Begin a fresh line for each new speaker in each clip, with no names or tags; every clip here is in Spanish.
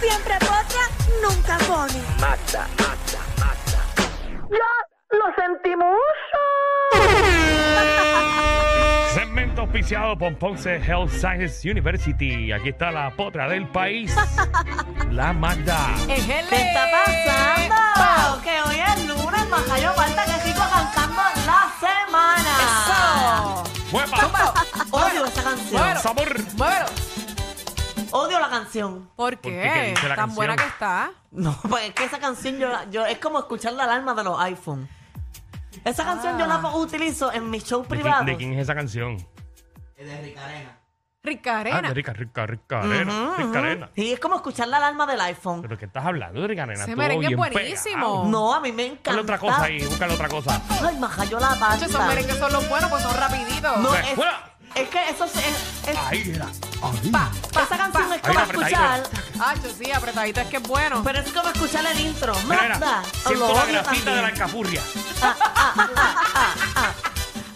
Siempre potra, nunca pone.
Segmento auspiciado por Ponce Health Science University. Aquí está la potra del país, la Magda.
¿Qué está pasando? Que hoy es lunes, majayo, falta que sigo arrancando la semana.
¡Mueva!
Odio esa canción.
Bueno.
¡Sabor!
Bueno,
Odio la canción.
¿por
qué?
qué?
¿Qué dice la
Tan
canción?
buena que está.
No, pues es que esa canción yo, la- yo es como escuchar la alarma de los iPhone. Esa canción yo la utilizo en mis shows
Ah. ¿De quién,
privados.
de quién es esa canción?
Rica
Ah,
Arena.
de Rica, Rica, Rica Arena. Rica Arena.
Y es como escuchar la alarma del iphone
¿Pero qué estás hablando de Rica Arena?
Ese
Estuvo
merengue es
bien
buenísimo.
pegado.
No, a mí me encanta.
Búscale otra cosa ahí, búscale otra cosa.
Ay, majayo la
Che,
pasta.
esos merengues son los buenos, pues son rapiditos.
No,
Ve,
es,
fuera.
es que eso es, es- es-
Ahí era. Ahí.
Pa, pa,
esa canción
pa.
es como
Ah, Ahí la apretadita.
escuchar.
Ah, yo sí, apretadito es que es bueno.
Pero es como escuchar el intro.
Mira, mira,
Magda.
Siento
Lo
la
odio
grasita
también.
de la alcapurria.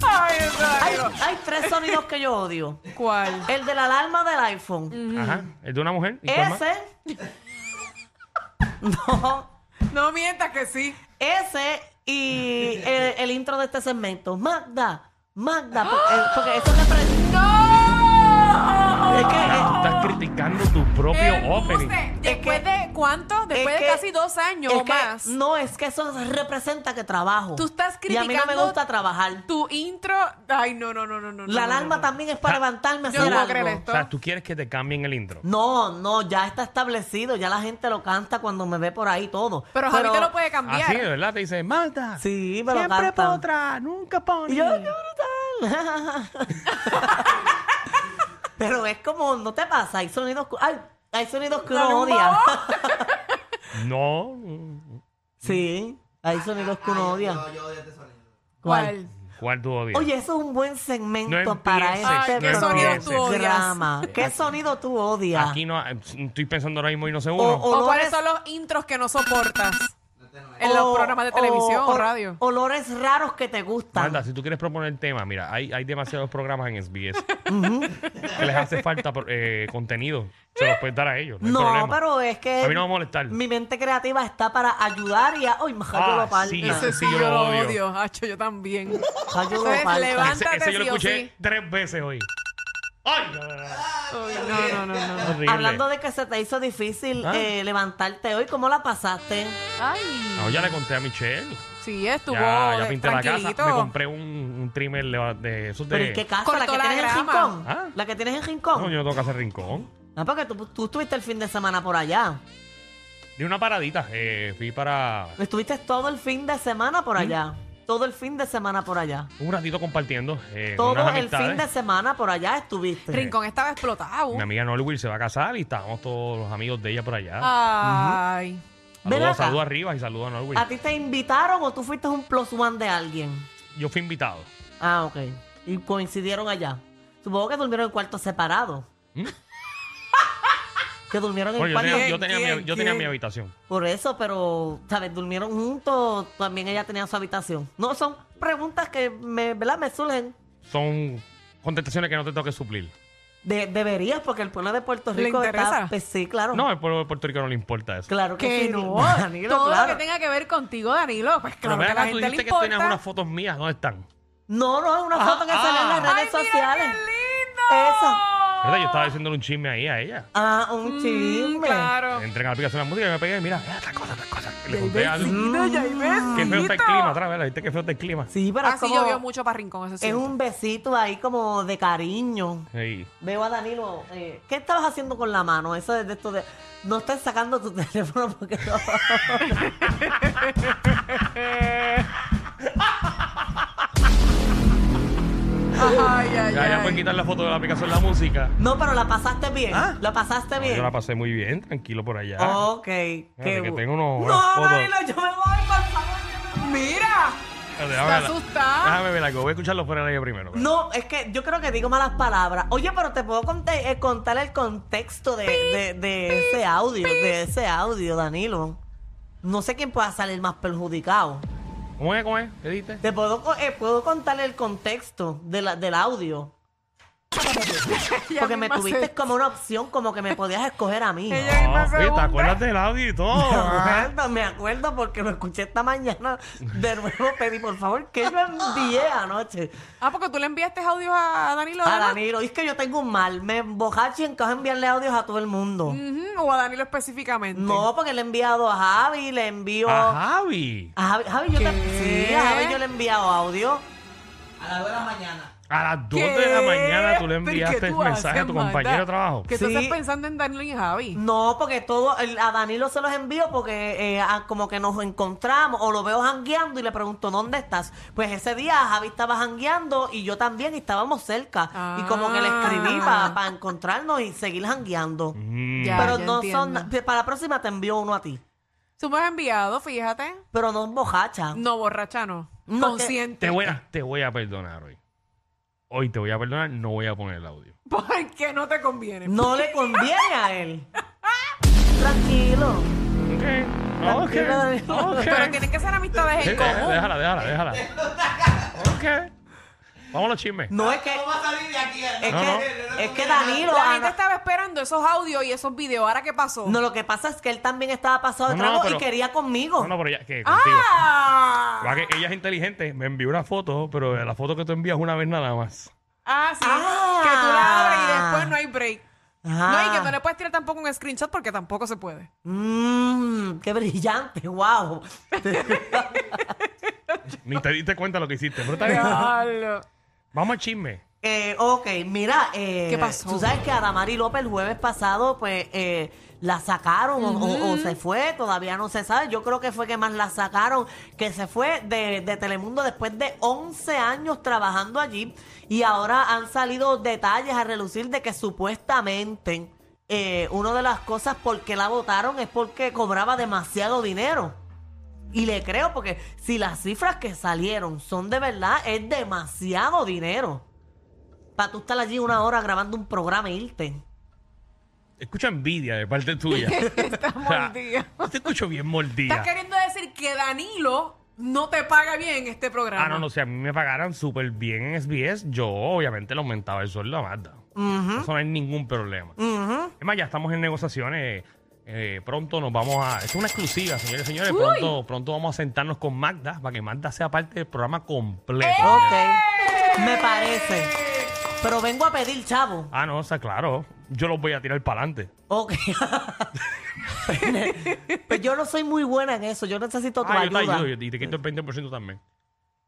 Ay, Dios
hay,
mío.
hay tres sonidos que yo odio.
¿Cuál?
El de la alarma del iPhone.
Ajá. ¿Es de una mujer? ¿Y cuál más?
Ese. No.
No mientas que sí.
Ese y el, el intro de este segmento. Magda. Magda. por- eh, Porque eso es pre-
¡No!
Es que,
Tú
eh,
Estás criticando tu propio opening.
Eh, Después
que-
de cuánto? Después
es
de
que-
casi dos años
es
o
que-
más.
No, es que eso representa que trabajo.
Tú estás
Y a mí no me
criticando-
gusta trabajar.
Tu intro. Ay, no, no, no, no,
La
no. no, no,
alarma
no.
también es para
Ah,
levantarme a
Yo no
hacer
puedo creer
algo.
esto.
O sea, tú quieres que te cambien el intro.
No, no, ya está establecido, ya la gente lo canta cuando me ve por ahí todo.
Pero Javi te lo puede cambiar.
Así, de verdad, te dice, Magda.
Sí, me lo
Siempre
cantan.
potra, nunca pone.
Y yo, ¡qué brutal! Pero es como, ¿no te pasa? Hay sonidos, cu- ay, hay sonidos que uno odia.
No. mm,
sí, hay sonidos que uno odia.
¿Cuál?
¿Cuál tú odias?
Oye, eso es un buen segmento
No
para
empieces,
este
Ay, ¿qué
programa.
sonido tú odias?
¿Qué sonido tú odias?
Aquí no, eh, estoy pensando ahora mismo y no sé uno.
O-
¿O
Olores-
cuáles son los intros que no soportas? En
O-
los programas de televisión o,
o-
radio.
Olores raros que te gustan.
Magda, si tú quieres proponer tema, mira, hay, hay demasiados programas en SBS que les hace falta pro- eh, contenido. Se los puedes dar a ellos. No, hay
No,
problema.
pero es que.
A mí no me va a molestar.
Mi mente creativa está para ayudar y. a- ¡Ay, maja, yo
Ah,
lo parto!
sí,
Ese
Ese
sí
sí
yo
lo
lo
odio.
odio, Hacho, yo también.
Maja, yo lo
Entonces,
parto.
ese,
levántate
ese yo lo
sí o
escuché
sí.
tres veces hoy. ¡Ay! no, no, no, no,
Uy, No, no, no, no.
horrible.
Hablando de que se te hizo difícil
Ah.
eh, levantarte hoy, ¿cómo la pasaste?
Ay,
No, ya le conté a Michelle.
sí, estuvo
Ya, ya
eh,
pinté la casa.
tranquilito.
Me compré un, un trimmer de, de esos de.
¿Pero en qué casa?
Cortó
¿La que
la
tienes en
grama.
Rincón?
Ah.
¿La que tienes en
No,
Rincón?
yo no tengo que hacer rincón.
Ah, porque tú, tú estuviste el fin de semana por allá.
Di una paradita. Eh, fui para
Estuviste todo el fin de semana
¿Mm?
por allá. Todo el fin de semana por allá.
un ratito compartiendo. Eh, con
Todo
unas
el
amistades.
fin de semana por allá estuviste. Eh,
Rincón estaba explotado.
Mi amiga Norwil se va a casar y estábamos todos los amigos de ella por allá.
Ay.
Ah, Ven
Saludos
acá. Ah,
saludo arriba y saludo a Norwil.
¿A ti te invitaron o tú fuiste un plus one de alguien?
Yo fui invitado.
Ah, ok. Y coincidieron allá. Supongo que durmieron en cuartos separados.
¿Mm?
que durmieron en
Bueno, yo
cuartos.
tenía, yo tenía
¿Quién?
mi, yo tenía
¿Quién?
mi habitación.
Por eso, pero, ¿sabes? Durmieron juntos. También ella tenía su habitación. No, son preguntas que me, ¿verdad? me surgen.
Son contestaciones que no te tengo que suplir.
De- deberías, porque el pueblo de Puerto
¿Le
Rico está.
interesa?
Pues, sí, claro.
No, al pueblo de Puerto Rico no le importa eso.
claro que,
Que
sí.
no.
Danilo,
Todo
claro.
lo que tenga que ver contigo, Danilo, pues
Pero
claro
ven
que a la
acá, tú
gente le
dijiste que tenías
importa.
unas fotos mías. ¿Dónde están?
No, no, es una
Ah,
foto que sale en las
ah.
redes
¡Ay, mira qué
sociales.
lindo!
Eso.
¿Verdad? Yo estaba diciéndole un chisme ahí a ella.
Ah, un
Mm,
chisme.
claro.
Entré en la aplicación de la música y me pegué. Mira, mira esta cosa, esta cosa. Le conté algo.
Besito, ya hay besito.
Qué feo está el clima, otra vez. ¿Viste qué feo está el clima?
Sí, pero es
Mm. Así
como-
Ah, llovió mucho para Rincón, eso sí.
Es un besito ahí como de cariño.
Sí.
Veo a Danilo. eh, ¿Qué estabas haciendo con la mano? Eso es de esto de. No estés sacando tu teléfono porque no.
Ay, ay,
Ya, pues, ya pueden
ay.
quitar la foto de la aplicación de la música.
No, pero la pasaste bien.
¿Ah?
La pasaste bien.
Yo la pasé muy bien, tranquilo por allá.
Oh,
Ok. qué
Espérate, que
bu-
tengo unos-
No,
unas fotos.
Danilo, yo me voy, por favor. yo me voy.
Mira,
Espérate,
está
déjame,
asustada.
déjame ver algo. Voy a escucharlo fuera de aire primero.
No, es que yo creo que digo malas palabras. Oye, pero te puedo conte- eh, contar el contexto de, de- de ese audio, de ese audio, Danilo. No sé quién pueda salir más perjudicado.
¿Cómo es? ¿Cómo es? ¿Qué dijiste?
Te puedo, co- eh, puedo contar el contexto de la- del audio.
Ella
Porque me
misma
tuviste
se-
como una opción, como que me podías escoger a mí.
Ella
No,
misma se
Ah, oye, ¿te
bomba.
acuerdas del audio y todo? Ah,
Me acuerdo, me acuerdo porque lo escuché esta mañana. De nuevo pedí, por favor, que yo envié anoche
Ah, porque tú le enviaste audios a a Danilo.
a
¿verdad?
Danilo. Y es que yo tengo un mal. Me embojacho y encajo enviarle audios a todo el mundo.
Ujú, O a Danilo específicamente.
No, porque le he enviado a Javi, le envío.
A Javi.
A Javi, Javi, yo te-
¿Qué?
sí, a Javi yo le he enviado audio. A las 2 de la mañana.
A las 2
¿Qué?
de la mañana tú le
¿Pero qué
enviaste el
tú
mensaje a
haces,
tu
Magda?
compañero de trabajo.
Que tú
Sí.
estás pensando en Danilo y Javi.
No, porque todo, el- a Danilo se los envío porque eh, a- como que nos encontramos o lo veo jangueando y le pregunto, ¿dónde estás? Pues ese día Javi estaba jangueando y yo también y estábamos cerca.
Ah.
Y como que le escribí para encontrarnos y seguir jangueando.
Mm.
Ya.
Pero no son,
Ah, entiendo.
para la próxima te envío uno a ti.
Tú me has enviado, fíjate.
Pero no es bojacha.
No, borracha no.
No,
Consciente.
Te voy, a, te voy a perdonar hoy. Hoy te voy a perdonar, no voy a poner el audio.
Porque no te conviene.
No le conviene a él. Tranquilo.
Ok, ok,
Tranquilo.
ok.
Pero tienen que ser amistades
Sí,
en
déjala,
común.
déjala, déjala, déjala. Ok. Vamos a los chismes.
No es que. Es
No,
que,
no.
es que Danilo.
La
Ana-
gente estaba esperando esos audios y esos videos. ¿Ahora qué pasó?
No, lo que pasa es que él también estaba pasado de
No, no,
trago y
pero-
quería conmigo.
No, no, pero ella, que contigo. Va
¡Ah!
que ella es inteligente, me envió una foto, pero la foto que tú envías una vez nada más.
Ah, sí.
Ah.
Que tú la abres y después no hay break.
Ajá.
No, y que no le puedes tirar tampoco un screenshot porque tampoco se puede.
Mmm, qué brillante, wow.
Ni te diste cuenta lo que hiciste. Pero está bien.
Diablo.
Vamos al chisme.
Eh, ok, mira, eh,
¿Qué pasó?
tú sabes que a Damari López el jueves pasado, pues eh, la sacaron o- o, o se fue, todavía no se sabe. Yo creo que fue que más la sacaron, que se fue de, de Telemundo después de 11 años trabajando allí y ahora han salido detalles a relucir de que supuestamente eh, una de las cosas por qué la votaron es porque cobraba demasiado dinero. Y le creo porque si las cifras que salieron son de verdad, es demasiado dinero. Para tú estar allí una hora grabando un programa e irte.
Escucha envidia de parte tuya.
Estás mordido.
Yo te escucho bien
Estás
mordida.
queriendo decir que Danilo no te paga bien este programa.
Ah, no, no, si a mí me pagaran súper bien en SBS, yo obviamente le aumentaba el sueldo a Magda. Eso no es ningún problema. Es más, ya estamos en negociaciones. eh, pronto nos vamos a... Es una exclusiva, señores y señores.
Uy.
Pronto, pronto vamos a sentarnos con Magda para que Magda sea parte del programa completo.
Ok. Me parece. Pero vengo a pedir, chavo.
Ah, no, o sea, claro. Yo los voy a tirar para adelante.
Ok. pues yo no soy muy buena en eso. Yo necesito tu
Ah, yo te
ayuda.
ayudo yo- y te quito el 20% también.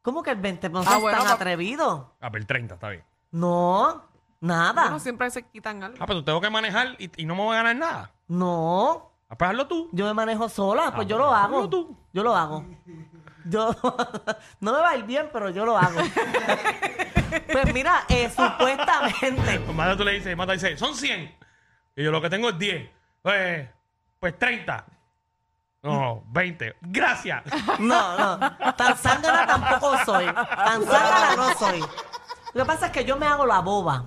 ¿Cómo que el 20% no
Ah,
seas
bueno,
tan
pa-
atrevido?
Ah, pero el 30, está bien.
No,
Bueno,
nada.
siempre se quitan algo.
Ah, pero tengo que manejar y, y no me voy a ganar nada.
No,
Ah, pues hazlo tú.
yo me manejo sola. Pues
Ah,
yo
bueno,
lo hago.
hazlo tú.
Yo lo hago. Yo no me va a ir bien, pero yo lo hago. pues mira, eh, supuestamente.
Pues Mata tú le dices, Mata dice, son 100. Y yo lo que tengo es 10. Pues, pues 30. No, 20. Gracias.
No, no. Tan zángana tampoco soy. Tan zángana no soy. Lo que pasa es que yo me hago la boba.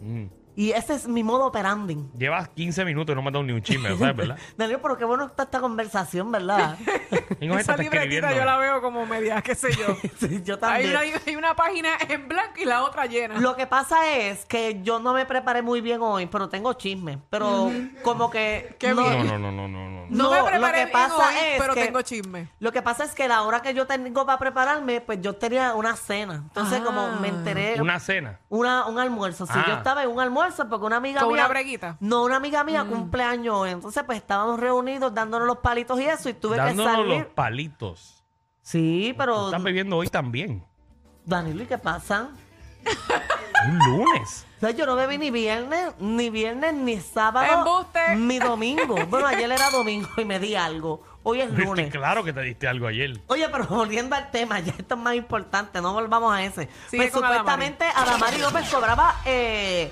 Mm.
Y ese es mi modo operandi.
Llevas 15 minutos y no me has dado ni un chisme, ¿sabes, verdad?
Daniel, pero qué bueno está esta conversación, ¿verdad?
Tengo gente
Esa
está escribiendo.
libretita yo la veo como media, qué sé yo.
Sí, yo
hay,
también.
una, hay una página en blanco y la otra llena.
Lo que pasa es que yo no me preparé muy bien hoy, pero tengo chisme. Pero como que...
Qué
no-
bien.
No, no, no, no, no, no.
no,
no,
me
lo
preparé
que
bien
pasa
hoy,
es
pero
que-
tengo chisme.
Lo que pasa es que la hora que yo tengo para prepararme, pues yo tenía una cena. Entonces,
Ah.
como me enteré
Una cena.
Una, un almuerzo. Sí,
Ah.
yo estaba en un almuerzo porque una amiga
¿Con
mía.
una breguita? Mm.
No, una amiga mía cumpleaños. hoy. Entonces, pues estábamos reunidos dándonos los palitos y eso. Y tuve que
Dándonos
salir.
los palitos.
Sí,
Tú
pero.
Estás bebiendo hoy también.
Danilo, ¿y qué pasa?
Un lunes.
O sea, yo no bebí ni viernes, ni viernes, ni sábado,
Embuste.
ni domingo. Bueno, ayer era domingo y me di algo. Hoy es lunes.
Este, Claro que te diste algo ayer.
Oye, pero volviendo al tema, ya esto es más importante, no volvamos a ese.
Sigue
pues
con
supuestamente Adamari López cobraba eh,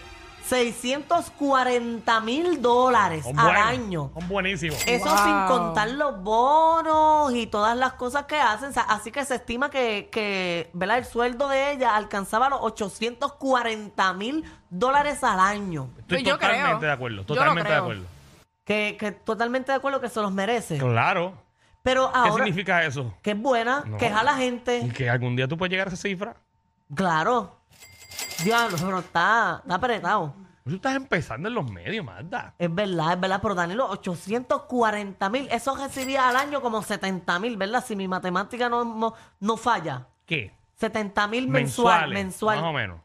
640 mil dólares
Son
al
buenos,
año. Eh,
Son buenísimos.
Eso
Wow.
sin contar los bonos y todas las cosas que hacen. O sea, así que se estima que, que ¿verdad? el sueldo de ella alcanzaba los 840 mil dólares al año.
Estoy
Yo creo.
totalmente de acuerdo.
Yo lo
Totalmente de
creo.
acuerdo.
Que, que totalmente de acuerdo que se los merece.
Claro.
Pero
¿Qué
ahora, Eh.
significa eso?
que es buena,
No.
que es a la gente.
Y que algún día tú puedes llegar a esa cifra.
Claro. Diablo, pero está, está apretado.
Tú estás empezando en los medios, Magda.
Es verdad, es verdad, pero Danilo, 840 mil, eso recibía al año como 70 mil, ¿verdad? Si mi matemática no, no, no falla.
¿Qué?
70 mil mensual,
Mensuales,
mensual.
Más o menos.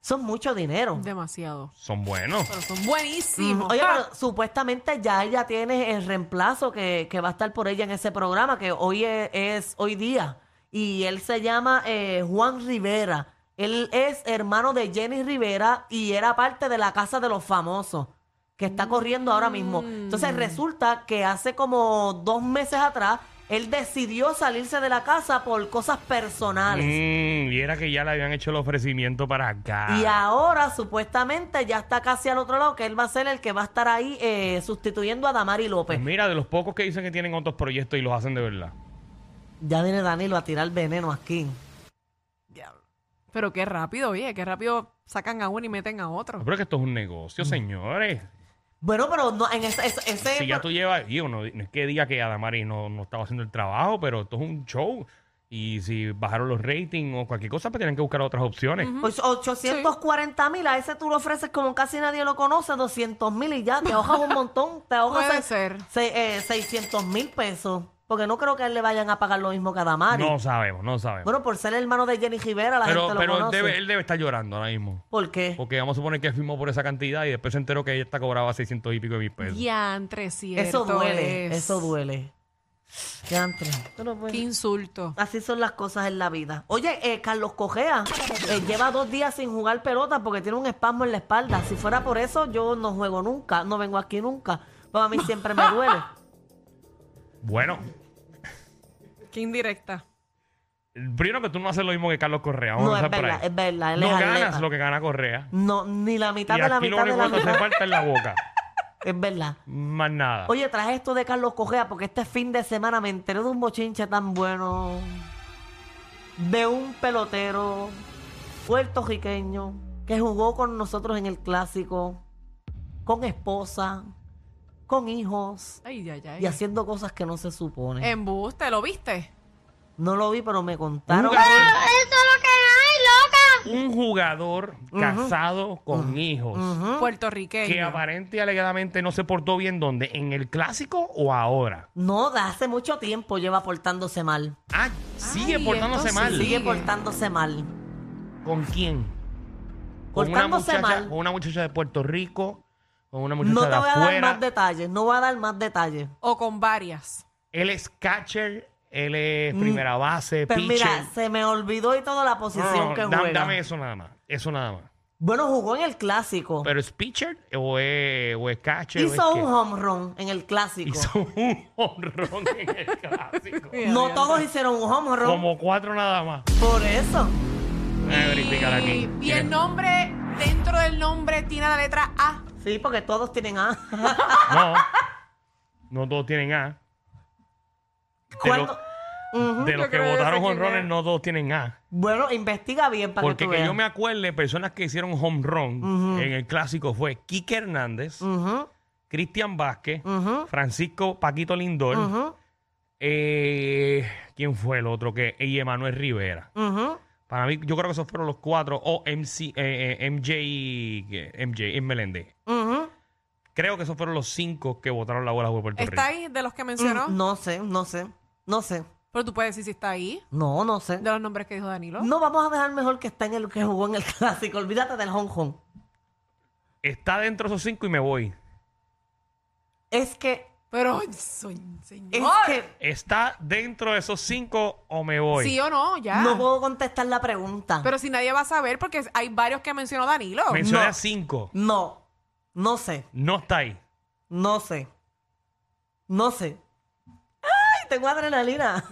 Son mucho dinero.
Demasiado.
Son buenos.
Pero son
Mm,
buenísimos. Ah,
Oye,
Ja.
pero supuestamente ya ella tiene el reemplazo que, que va a estar por ella en ese programa, que hoy es, es hoy día. Y él se llama eh, Juan Rivera. Él es hermano de Jenny Rivera y era parte de la Casa de los Famosos, que está corriendo ahora mismo. Entonces resulta que hace como dos meses atrás, él decidió salirse de la casa por cosas personales.
Mm, y era que ya le habían hecho el ofrecimiento para acá.
Y ahora supuestamente ya está casi al otro lado, que él va a ser el que va a estar ahí eh, sustituyendo a Damari López.
Pues mira, de los pocos que dicen que tienen otros proyectos y los hacen de verdad.
Ya viene Danilo a tirar veneno aquí.
Diablo. Pero qué rápido, oye, qué rápido sacan a uno y meten a otro.
Ah.
Pero es que esto es un
Mm.
negocio, señores.
Bueno, pero no, en ese... ese- ese-
Si ya tú llevas, digo, no, no es que diga que Adamari no, no estaba haciendo el trabajo, pero esto es un show. Y si bajaron los ratings o cualquier cosa, pues tienen que buscar otras opciones.
pues, 840 mil, a ese tú lo ofreces como casi nadie lo conoce, 200 mil y ya, te ahogas un montón, te ahogas
Puede
se-
ser.
se- eh, 600 mil pesos, porque no creo que a él le vayan a pagar lo mismo que a Damari.
No sabemos, no sabemos.
Bueno, por ser hermano de Jenny Rivera, la
pero
gente lo
pero él,
conoce.
debe, él debe estar llorando ahora mismo.
¿Por qué?
Porque vamos a suponer que firmó por esa cantidad y después se enteró que ella está cobraba 600 y pico de mil pesos.
Diantre, cierto.
Eso duele,
es.
eso duele. Qué antre. Pero bueno,
Qué insulto.
Así son las cosas en la vida. Oye, eh, Carlos Cogea eh, lleva dos días sin jugar pelota porque tiene un espasmo en la espalda. Si fuera por eso, yo no juego nunca, no vengo aquí nunca. Porque a mí siempre me duele.
Bueno,
Qué indirecta.
primero que tú no haces lo mismo que Carlos Correa. Vamos
No,
a
es
empezar Ah, por
verdad,
ahí.
es verdad. Él
No
es
ganas
atleta.
lo que gana Correa.
No, ni la
Y
mitad de la
aquí lo
mitad de la
único que te
mitad.
hace falta es la boca.
Es verdad.
Más nada.
Oye, traje esto de Carlos Cogea porque este fin de semana me enteré de un bochinche tan bueno. De un pelotero puertorriqueño que jugó con nosotros en el clásico, con esposa, con hijos
Ay, ay, ay.
y haciendo cosas que no se supone.
Em.
Embuste, ¿lo viste?
no lo vi, pero me
Un
contaron.
jugador,
Eso es lo que hay, loca.
un jugador casado con hijos
¿Mm?
Puertorriqueño.
que aparente y alegadamente no se portó bien donde en el clásico o ahora.
No, de hace mucho tiempo lleva portándose mal.
Ah, sigue
Ay,
portándose
entonces
mal.
Sigue
Sigue.
portándose mal.
¿Con quién? Con una
Portándose
muchacha,
mal.
con una muchacha de Puerto Rico, con una muchacha
No te
de
voy a dar
afuera.
más detalles, no voy a dar más detalles.
O con varias.
Él es catcher, él es primera base,
Mm. Pero
pitcher.
mira, se me olvidó y toda la
No, no,
posición
no,
que
dame,
juega.
dame eso nada más, eso nada más.
Bueno, jugó en el clásico.
Pero es pitcher o es, o es catcher. o es
Hizo
qué?
un home run en el clásico.
Hizo un honrón en el clásico.
No todos hicieron un home run.
Como cuatro nada más.
Por eso.
Déjame verificar aquí.
Y, y el nombre, dentro del nombre, tiene la letra A.
Sí, porque todos tienen A.
No. No todos tienen A. De, lo-
Cuando- Ujú.
de
yo
los que
creo que yo sé
votaron
quién
honrones,
es.
no todos tienen A.
Bueno, investiga bien para
Porque
que tú
que
veas.
yo me acuerde, personas que hicieron home run en el clásico fue Quique Hernández,
Ujú,
Cristian Vázquez,
ujú,
Francisco Paquito Lindor,
ujú,
eh, ¿quién fue el otro que? Y Emanuel Rivera.
ujú.
Para mí, yo creo que esos fueron los cuatro. O MC, eh, eh, MJ, eh, MJ, Meléndez.
Ujú.
Creo que esos fueron los cinco que votaron la bola por Puerto
¿Está
Rico.
ahí de los que mencionó?
Mm, No sé, no sé. No sé.
Pero tú puedes decir si está ahí,
No, no sé.
de los nombres que dijo Danilo.
No vamos a dejar mejor que está en el que jugó en el clásico. Olvídate del home run.
Está dentro de esos cinco y me voy.
Es que
Pero, soy, señor.
Es que
¿Está dentro de esos cinco o me voy?
Sí o no, ya.
no puedo contestar la pregunta.
Ah. Pero si nadie va a saber, porque hay varios que mencionó Danilo.
Menciona
no.
cinco.
No, no sé,
No está ahí.
no sé, no sé. ¡Ay, tengo adrenalina!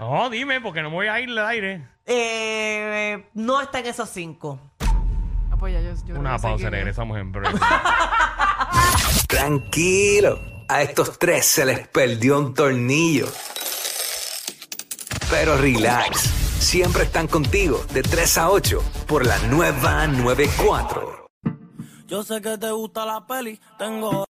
No, dime, porque no me voy a ir al aire.
Eh, no está en esos cinco.
Ah, pues ya, yo- yo creo
Una
que sé
pausa,
quién es.
regresamos en breve.
Tranquilo, a estos tres se les perdió un tornillo. Pero relax, siempre están contigo de 3 a 8 por la nueva 94.
Yo sé que te gusta la peli, tengo